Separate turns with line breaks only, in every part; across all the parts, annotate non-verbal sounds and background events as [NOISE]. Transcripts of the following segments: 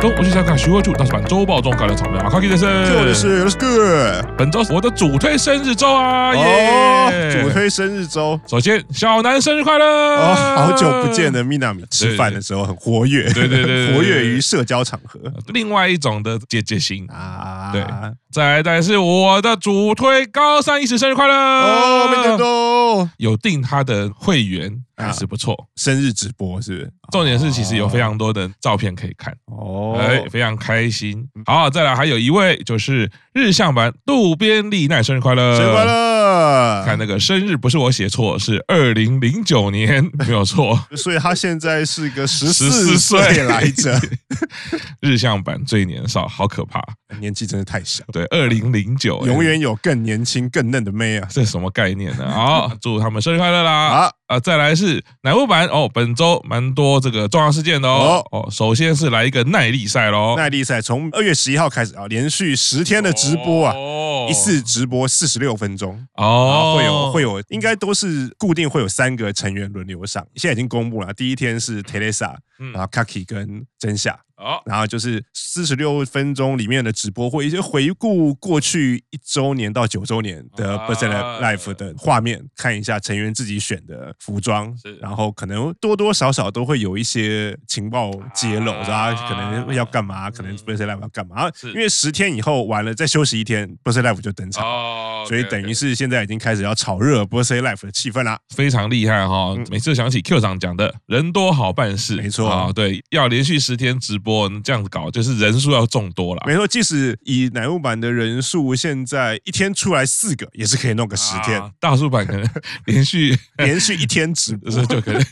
周我去香港徐汇处，那是本周报中搞的草莓阿 Kaki 先生，
就是是个
本周我的主推生日周啊，耶！
哦主。推生日周
首先，小南生日快乐！
哦，好久不见。的 Minami 吃饭的时候很活跃，
对对对对对
活跃于社交场合
另外一种的姐姐心，
啊
对再来再来是我的主推高三一时生日快乐！啊
哦，每天都
有订他的会员
啊
还是不错。
生日直播是不是？
重点是其实有非常多的照片可以看，
哦，
哎，非常开心。好，再来还有一位就是日向版渡边丽奈生日快乐！
生日快！乐！
呃看那个生日不是我写错，是二零零九
[LAUGHS]
年，没有错。
所以他现在是个十
14
四岁来着，
[LAUGHS]
[LAUGHS]
日向版最年少，好可怕。
年纪真的太小，
对，二零零九，哎
永远有更年轻、更嫩的妹啊！
这什么概念
[LAUGHS]
呢？好，祝他们生日快乐啦！
啊，
啊，再来是奶木版哦，本周蛮多这个重要事件的哦。哦，首先是来一个耐力赛喽，
耐力赛从二月十一号开始啊，连续十天的直播啊，
哦
一次直播四十六分钟。然
哦
后，啊会有会有，应该都是固定会有三个成员轮流上。现在已经公布了，第一天是 Teresa，
嗯
然后 Kaki 跟真夏，
哦，
然后就是四十六分钟里面的直播会一些回顾过去一周年到九周年的
啊
b u r s t Life 的画面，看一下成员自己选的服装
是，
然后可能多多少少都会有一些情报揭露，
啊
然后可能要干嘛，
嗯
可能 b u r s t Life 要干嘛，
是
因为十天以后完了再休息一天 b u r s t Life 就登场。
哦，
所以
OK，OK
等于是现在已经开始要炒热 b o s s Life 的气氛啦。
非常厉害哈、
嗯
每次想起 Q 长讲的“人多好办事”，
没错
啊，对，要连续十天直播，这样子搞就是人数要众多了。
没错，即使以奶木版的人数，现在一天出来四个，也是可以弄个十天，
啊大叔版可能连
[LAUGHS]
续
连续一天直
[LAUGHS]
播。
这就可能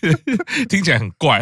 听起来很怪。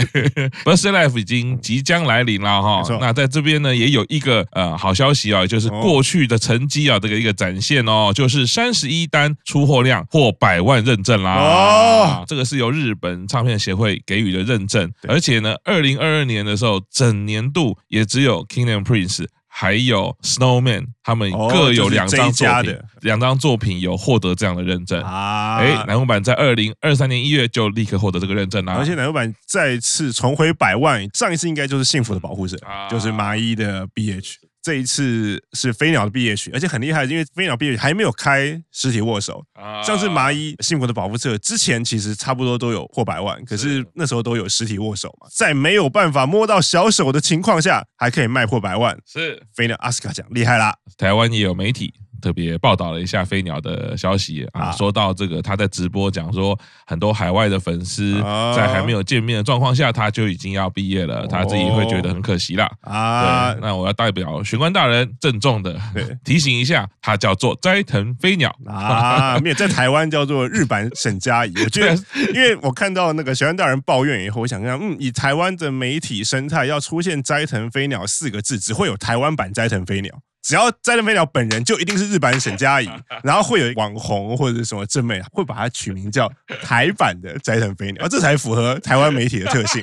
Birthday Life 已经即将来临了哈
没错，
那在这边呢也有一个呃好消息啊、也就是
哦
过去的成绩啊、这个一个展现哦，就是三十一单出货量破百万认证啦。
哦
这个是由日本唱片协会给予的认证，
对
而且呢，二零二二年的时候，整年度也只有 King and Prince。还有 Snowman，他们
哦
各有
就是
两
这
张
一
作
家
品，
的
两张作品有获得这样的认证
啊，
哎，南红版在二零二三年一月就立刻获得这个认证啦。
而且奶木版再次重回百万，上一次应该就是幸福的保护者，
啊
就是麻衣的 BH。这一次是飞鸟的 BH，而且很厉害，因为飞鸟 BH 还没有开实体握手，
啊
像是麻衣幸福的保护色之前其实差不多都有破百万，可是
是
那时候都有实体握手嘛，在没有办法摸到小手的情况下，还可以卖破百万，
是
飞鸟阿斯卡奖厉害啦！
台湾也有媒体特别报道了一下飞鸟的消息啊，
啊
说到这个他在直播讲说，很多海外的粉丝
啊哦
在还没有见面的状况下，他就已经要毕业了，他自己会觉得很可惜啦。
啊
对，，那我要代表玄关大人郑重的
对
[LAUGHS] 提醒一下，他叫做斋藤飞鸟。
啊，没有在台湾叫做日版沈佳宜。我觉得，因为我看到那个小安大人抱怨以后，我想想，嗯，以台湾的媒体生态要出现“斋藤飞鸟”四个字，只会有台湾版斋藤飞鸟。只要斋藤飞鸟本人就一定是日版沈佳宜，然后会有网红或者是什么正妹会把它取名叫台版的斋藤飞鸟，这才符合台湾媒体的特性。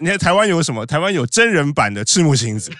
你看台湾有什么？台湾有真人版的赤木晴子，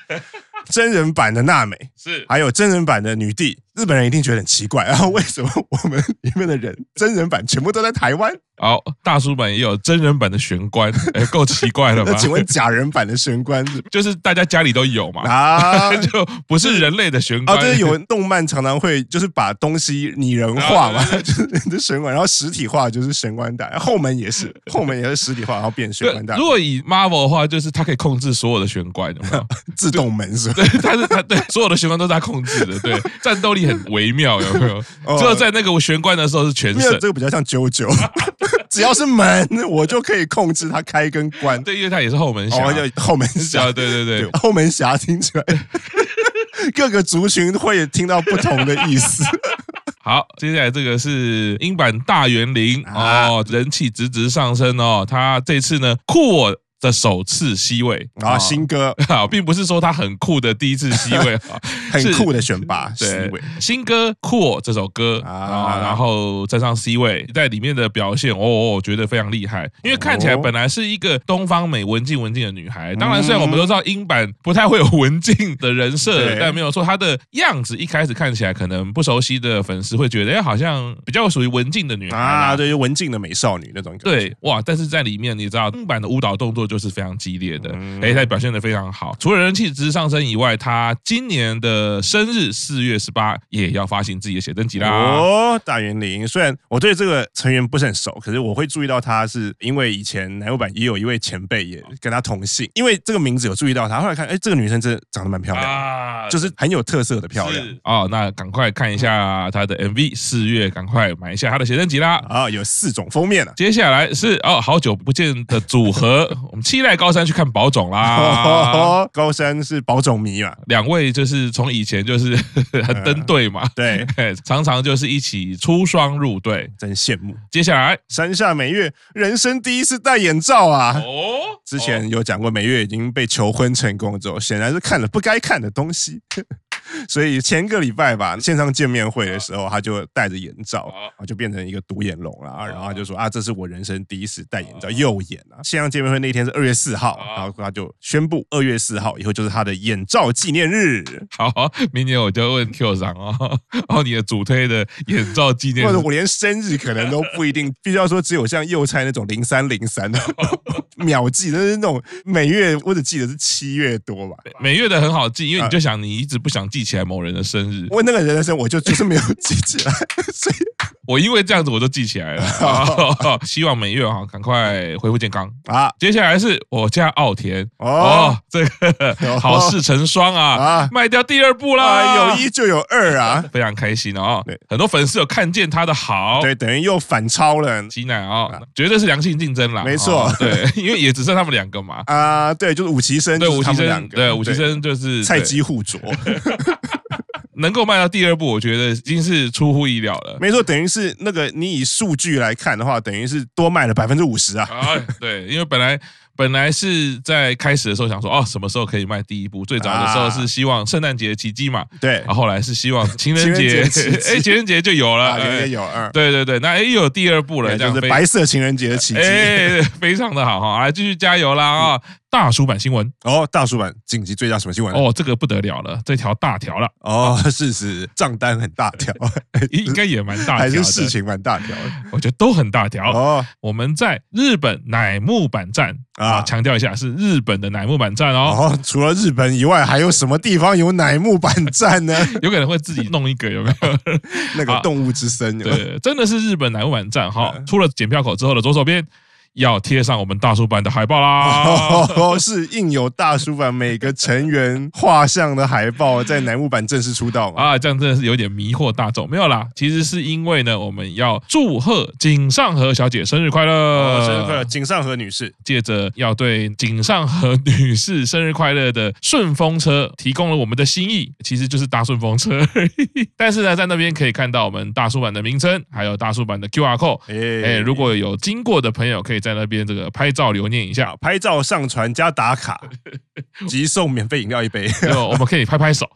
真人版的娜美，
是
还有真人版的女帝，日本人一定觉得很奇怪， [LAUGHS] 然后为什么我们里面的人真人版全部都在台湾？
好，大叔版也有真人版的玄关，哎，够奇怪了吧
[LAUGHS] 那？请问假人版的玄关是
[LAUGHS] 就是大家家里都有嘛，？
啊
[LAUGHS] 就不是人类的玄
啊，
关，
就是有动漫常常会就是把东西拟人化嘛
[LAUGHS] 啊，对
就是你的神官，然后实体化就是神官蛋，后门
[LAUGHS]
也是，后门也是实体化，然后变玄
对
关蛋，
如果以 Marvel 的话，就是它可以控制所有的玄关，有没
[LAUGHS]
有？
自动门是吧？
对，它是它对所有的玄关都是它控制的，对，战斗力很微妙，有没有？
哦
只有在那个玄关的时候是全
没有
胜，
这个比较像啾啾， [LAUGHS] 只要是门我就可以控制它开跟关，
对，因为它也是啊后门侠，
哦，叫后门
侠对
侠，
对
[LAUGHS]
对。
对，后门峡听起来，各个族群会听到不同的意
[LAUGHS]
思。
好，接下来这个是英版大园林
啊
哦，人气直直上升哦，他这次呢酷我的首次 C 位哦
然后新歌
[LAUGHS]
[LAUGHS]
啊，并不是说他很酷的第一次 C 位啊，
很酷的选拔
对
C 位。，
新歌《酷》这首歌啊
啊，
然后站上 C 位，在里面的表现，哦，我觉得非常厉害。因为看起来
哦
本来是一个东方美文静文静的女孩，当然，
嗯
虽然我们都知道英版不太会有文静的人设，
对
但没有错，她的样子一开始看起来，可能不熟悉的粉丝会觉得，哎，好像比较属于文静的女孩啦
啊，。对，就文静的美少女那种感觉。
对，哇！但是在里面，你知道，英版的舞蹈动作就是非常激烈的，
嗯
哎、她表现的非常好。除了人气值上升以外，她今年的生日四月十八也要发行自己的写真集啦。啊
哦，大园林。虽然我对这个成员不是很熟，可是我会注意到他，是因为以前男优版也有一位前辈也跟他同姓，因为这个名字有注意到他。后来看，哎，这个女生真的长得蛮漂亮的，
啊，
就是很有特色的漂亮
是哦，那赶快看一下她的 MV，四月赶快买一下她的写真集啦。
啊，有四种封面啊。
接下来是哦，好久不见的组合， [LAUGHS] 我们期待高山去看宝冢
[LAUGHS]
啦。
哦，高山是宝冢迷嘛？
两位就是从以前就是 [LAUGHS] 登对嘛，
嗯
[LAUGHS]
对，
常常就是一起出双入对。
真羡慕。
接下来
山下美月人生第一次戴眼罩啊！
哦，
之前有讲过，美月已经被求婚成功之后，显然是看了不该看的东西， [LAUGHS] 所以前个礼拜吧，线上见面会的时候，他就戴着眼罩
哦，
啊，就变成一个独眼龙啦。然后他就说啊，这是我人生第一次戴眼罩，右眼啊。线上见面会那天是二月四号，
哦
然后他就宣布二月四号以后就是他的眼罩纪念日。
哦好，明年我就问 Q 上哦， [LAUGHS] 哦，你的主推的眼罩纪念
或
日
者我连生日可能都不一定，必须要说只有像幼菜那种零三零
[LAUGHS]
三的秒记，但是那种每月我只记得是七月多吧。
每月的很好记，因
啊
为你就想你一直不想记起来某人的生日，
我那个人的生我就就是没有记起来，所以
我因为这样子我就记起
[LAUGHS]
来了。 [LAUGHS] 希望每月哈赶快恢复健康。
啊
接下来是我家奥田
哦
哦，这
[LAUGHS]
个好事成双啊，
啊
卖掉第二部啦，
啊，有一就有二啊，
非常开心哦
对。
很多粉丝有看见他的好，
对，等于又反超了
挤奶哦，绝对是良性竞争啦。
没错
哦对，因为也只剩他们两个嘛。
啊，对，就是武其
[LAUGHS]
生，
对，
就是
武
他
其
们两
生，
个，
对武其生就是
对，菜
对
鸡互啄，
能够卖到第二部，我觉得已经是出乎意料 [LAUGHS] 了。
没错，等于是那个你以数据来看的话，等于是多卖了百分之五十啊，
啊，对，因为本来本来是在开始的时候想说，哦，什么时候可以卖第一部？最早的时候是希望圣诞节奇迹嘛，
对
然后后来是希望情人
情
节
人节奇，迹
[LAUGHS] 哎，情人节就有了，
啊，有
哎
有有二，
对对对，那哎又有第二部了，这
对就
样
是
非
白色情人节的奇迹。
哎， [LAUGHS] 非常的好哈，来继续加油啦
嗯
啊！大叔版新闻
哦，大叔版紧急追加什么新闻？哦，哦
哦，这个不得了了，这条大条
[LAUGHS]
了，
是是，账单很大条，
应该也蛮大
还
条
是事
的，
情蛮大条的。
我觉得都很大条。
哦，
我们在日本乃木坂站啊，
啊
强调一下是日本的乃木坂站哦，
哦，除了日本以外，还有什么地方有乃木坂站呢？ [LAUGHS]
有可能会自己弄一个，有没有？
那
啊
个动物之森有没有，
对，真的是日本乃木坂站哈，出了检票口之后的左手边要贴上我们大叔版的海报啦。
[LAUGHS] 哦，是印有大叔版每个成员画像的
[LAUGHS]
海报，在乃木坂正式出道嘛？
啊，这样真的是有点迷惑大众。没有啦，其实是因为呢，我们要祝贺井上和小姐生日快乐，
哦，
呃
生日快乐，！井上和女士。
借着要对井上和女士生日快乐的顺风车提供了我们的心意，其实就是搭顺风车 [LAUGHS] 而已。但是呢，在那边可以看到我们大叔版的名称，还有大叔版的 QR code。哎、
哎
如果有经过的朋友，可以在那边这个拍照留念一下，
拍照上传加打
[LAUGHS]
卡，即送免费饮料一杯。
就我们可以拍拍
[LAUGHS]
手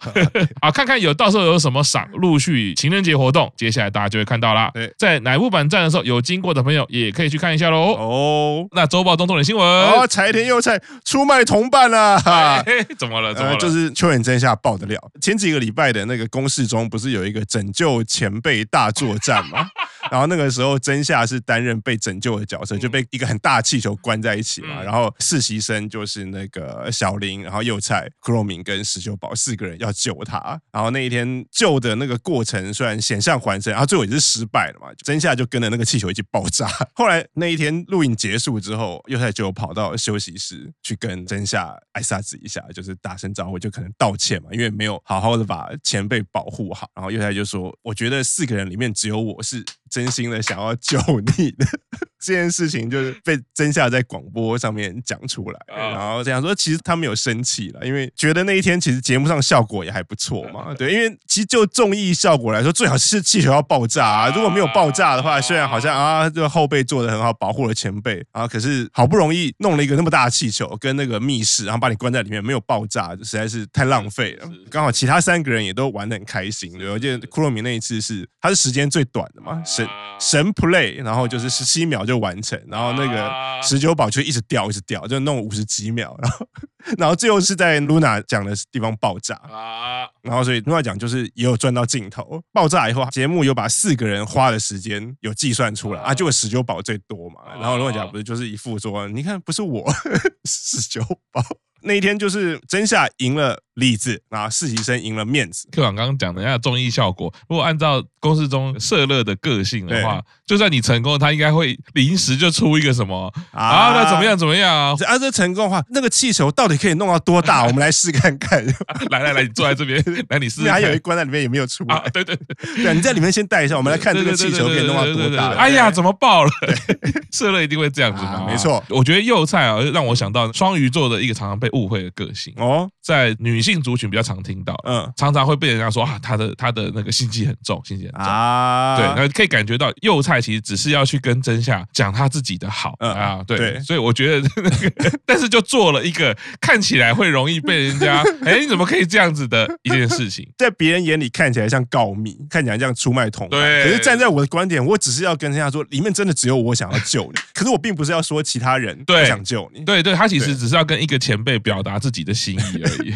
啊，看看有到时候有什么赏，陆续情人节活动，接下来大家就会看到啦
对。
在乃木坂站的时候，有经过的朋友也可以去看一下喽。
哦，
那周报中重点新闻， [LAUGHS]
哦，柴田佑菜出卖同伴啊啦、
哎嘿怎么了？怎么
呃，
了？
就是秋元真夏爆的料。前几个礼拜的那个公示中，不是有一个拯救前辈大作战嘛？然后那个时候，真夏是担任被拯救的角色，就被一个很大的气球关在一起嘛。
嗯
然后实习生就是那个小林，然后幼菜、克洛明跟石久宝四个人要救他。然后那一天救的那个过程虽然险象环生，然后最后也是失败了嘛。真夏就跟着那个气球一起爆炸。后来那一天录影结束之后，幼菜就跑到休息室去跟真夏艾萨子一下，就是打声招呼，就可能道歉嘛，因为没有好好的把前辈保护好。然后幼菜就说：“我觉得四个人里面只有我是真心的想要救你的。” [LAUGHS] 这件事情就是被真夏在广播上面讲出来，
啊
然后这样说，其实他们有生气了，因为觉得那一天其实节目上效果也还不错嘛，对，因为其实就综艺效果来说，最好是气球要爆炸啊，如果没有爆炸的话，虽然好像啊，这个后辈做的很好，保护了前辈啊，可是好不容易弄了一个那么大的气球跟那个密室，然后把你关在里面，没有爆炸，实在是太浪费了。刚好其他三个人也都玩的很开心，对吧，我记得库洛米那一次是他是时间最短的嘛，神神 play，然后就是十七秒就完成，然后那
啊
个十九宝就一直掉，一直掉，就弄五十几秒，然后 [LAUGHS] 然后最后是在 Luna 讲的地方爆炸，
啊，
然后所以另外讲就是也有赚到镜头。爆炸以后，节目有把四个人花的时间有计算出来啊，就十九宝最多嘛。
哦
然后另外讲不是就是一副说，你看不是我十九宝。那一天就是真夏赢了栗子啊，实习生赢了面子，
科长刚刚讲的那综艺效果，如果按照公式中社乐的个性的话，就算你成功，他应该会临时就出一个什么
啊
啊，那怎么样？怎么样啊？
啊，这成功的话，那个气球到底可以弄到多大？我们来试看
[LAUGHS]
看。
来来来，你坐在这边，来你试试
因为还
看
有一关在里面也没有出来，
啊，对对对，
对啊，你在里面先带一下，我们来看这个气球可以弄到
对对对对
多
对对对
大
对。哎呀，
对
怎么爆了？社乐一定会这样子嘛
啊，没错
我觉得幼菜啊，让我想到双鱼座的一个常常被误会的个性，
哦，
在女性族群比较常听到，
嗯
常常会被人家说啊，她的她的那个心机很重，心机很重。
啊，
对，那可以感觉到幼菜其实只是要去跟真夏讲他自己的好、
嗯
啊，对，
对
所以我觉得那个，但是就做了一个看起来会容易被人
[LAUGHS]
家，哎，你怎么可以这样子的一件事情？
在别人眼里看起来像告密，看起来像出卖同伴。
嗯对
可是站在我的观点，我只是要跟人家说，里面真的只有我想要救
[LAUGHS]
你。可是我并不是要说其他人不
对
想救你。
对对，他其实只是要跟一个前辈表达自己的心意而
[LAUGHS]
已，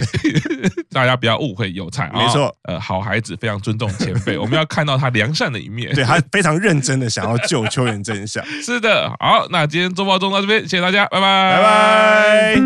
大家不要误会幼菜啊，
没错
呃，好孩子非常尊重前辈，我们要看到他良善的一面。
对，他非常认真的想要
[LAUGHS]
救秋元真相。
是的，好，那今天周报中到这边，谢谢大家，拜拜，
拜拜。